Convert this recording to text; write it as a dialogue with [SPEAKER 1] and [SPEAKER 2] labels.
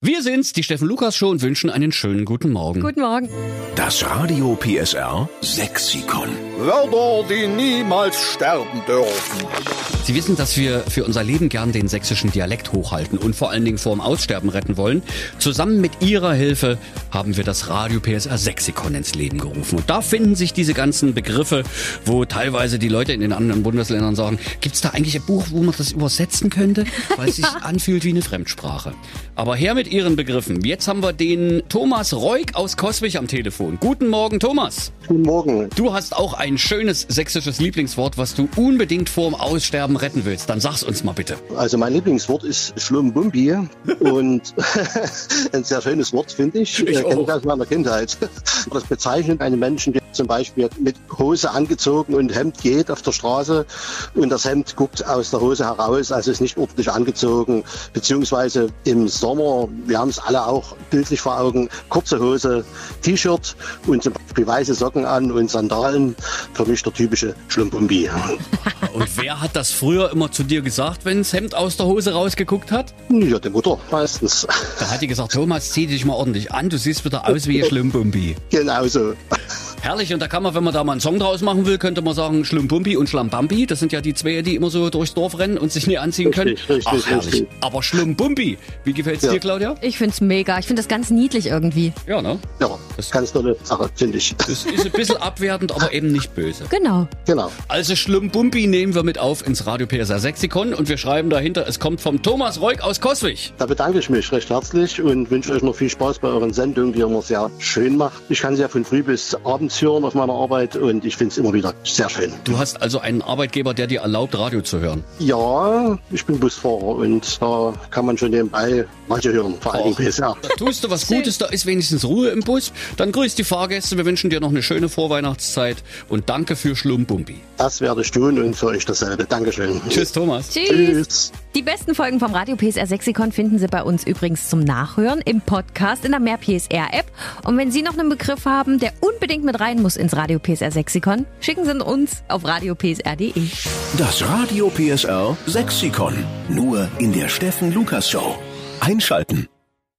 [SPEAKER 1] Wir sind's, die Steffen Lukas Show und wünschen einen schönen guten Morgen.
[SPEAKER 2] Guten Morgen.
[SPEAKER 3] Das Radio PSR Sexikon.
[SPEAKER 4] Wörter, die niemals sterben dürfen.
[SPEAKER 1] Sie wissen, dass wir für unser Leben gern den sächsischen Dialekt hochhalten und vor allen Dingen vor dem Aussterben retten wollen. Zusammen mit Ihrer Hilfe haben wir das Radio PSR Sexikon ins Leben gerufen. Und da finden sich diese ganzen Begriffe, wo teilweise die Leute in den anderen Bundesländern sagen, gibt's da eigentlich ein Buch, wo man das übersetzen könnte? Weil es sich anfühlt wie eine Fremdsprache. Aber her mit Ihren Begriffen. Jetzt haben wir den Thomas Reuk aus Coswig am Telefon. Guten Morgen, Thomas.
[SPEAKER 5] Guten Morgen.
[SPEAKER 1] Du hast auch ein schönes sächsisches Lieblingswort, was du unbedingt vorm Aussterben retten willst. Dann sag's uns mal bitte.
[SPEAKER 5] Also mein Lieblingswort ist Schlumbumbi und ein sehr schönes Wort, finde ich.
[SPEAKER 1] Ich
[SPEAKER 5] Äh, kenn
[SPEAKER 1] auch.
[SPEAKER 5] das aus meiner Kindheit. Das bezeichnet einen Menschen, der zum Beispiel mit Hose angezogen und Hemd geht auf der Straße und das Hemd guckt aus der Hose heraus, also ist nicht ordentlich angezogen, beziehungsweise im Sommer, wir haben es alle auch bildlich vor Augen, kurze Hose, T-Shirt und zum Beispiel weiße Socken an und Sandalen. Für mich der typische Schlumbumbi.
[SPEAKER 1] Und wer hat das früher immer zu dir gesagt, wenn's Hemd aus der Hose rausgeguckt hat?
[SPEAKER 5] Ja, der Mutter meistens.
[SPEAKER 1] Da hat die gesagt, Thomas, zieh dich mal ordentlich an, du siehst wieder aus wie ein Schlumpumpi.
[SPEAKER 5] Genauso.
[SPEAKER 1] Herrlich, und da kann man, wenn man da mal einen Song draus machen will, könnte man sagen Schlumpumpi und Schlampampi. Das sind ja die zwei, die immer so durchs Dorf rennen und sich nie anziehen können.
[SPEAKER 5] Richtig, richtig,
[SPEAKER 1] Ach, herrlich.
[SPEAKER 5] richtig.
[SPEAKER 1] Aber Schlumpumpi, wie gefällt's
[SPEAKER 5] Ja.
[SPEAKER 1] dir, Claudia?
[SPEAKER 2] Ich find's mega. Ich find das ganz niedlich irgendwie.
[SPEAKER 1] Ja, ne?
[SPEAKER 5] Ja,
[SPEAKER 1] Das-
[SPEAKER 5] ganz tolle Sache, finde ich.
[SPEAKER 1] Das ist ein bisschen abwertend, aber eben nicht böse.
[SPEAKER 2] Genau.
[SPEAKER 5] Genau.
[SPEAKER 1] Also Schlumpumpi nehmen wir mit auf ins Radio PSR Sexikon und wir schreiben dahinter, es kommt vom Thomas Reuk aus Coswig.
[SPEAKER 5] Da bedanke ich mich recht herzlich und wünsche euch noch viel Spaß bei euren Sendungen, die ihr immer sehr schön macht. Ich kann sie ja von früh bis abends hören auf meiner Arbeit und ich finde es immer wieder sehr schön.
[SPEAKER 1] Du hast also einen Arbeitgeber, der dir erlaubt, Radio zu hören.
[SPEAKER 5] Ja, ich bin Busfahrer und da kann man schon nebenbei manche hören, vor
[SPEAKER 1] Oh.
[SPEAKER 5] allem PSR.
[SPEAKER 1] Da tust du was Gutes, da ist wenigstens Ruhe im Bus. Dann grüß die Fahrgäste, wir wünschen dir noch eine schöne Vorweihnachtszeit und danke für Schlumpumpi.
[SPEAKER 5] Das werde ich tun und für euch dasselbe. Dankeschön.
[SPEAKER 1] Tschüss, Thomas.
[SPEAKER 2] Tschüss.
[SPEAKER 5] Tschüss.
[SPEAKER 2] Die besten Folgen vom Radio PSR Sexikon finden Sie bei uns übrigens zum Nachhören im Podcast in der Mehr PSR App. Und wenn Sie noch einen Begriff haben, der unbedingt mit rein muss ins Radio PSR Sexikon, schicken Sie ihn uns auf radiopsr.de.
[SPEAKER 3] Das Radio PSR Sexikon. Nur in der Steffen Lukas Show. Einschalten.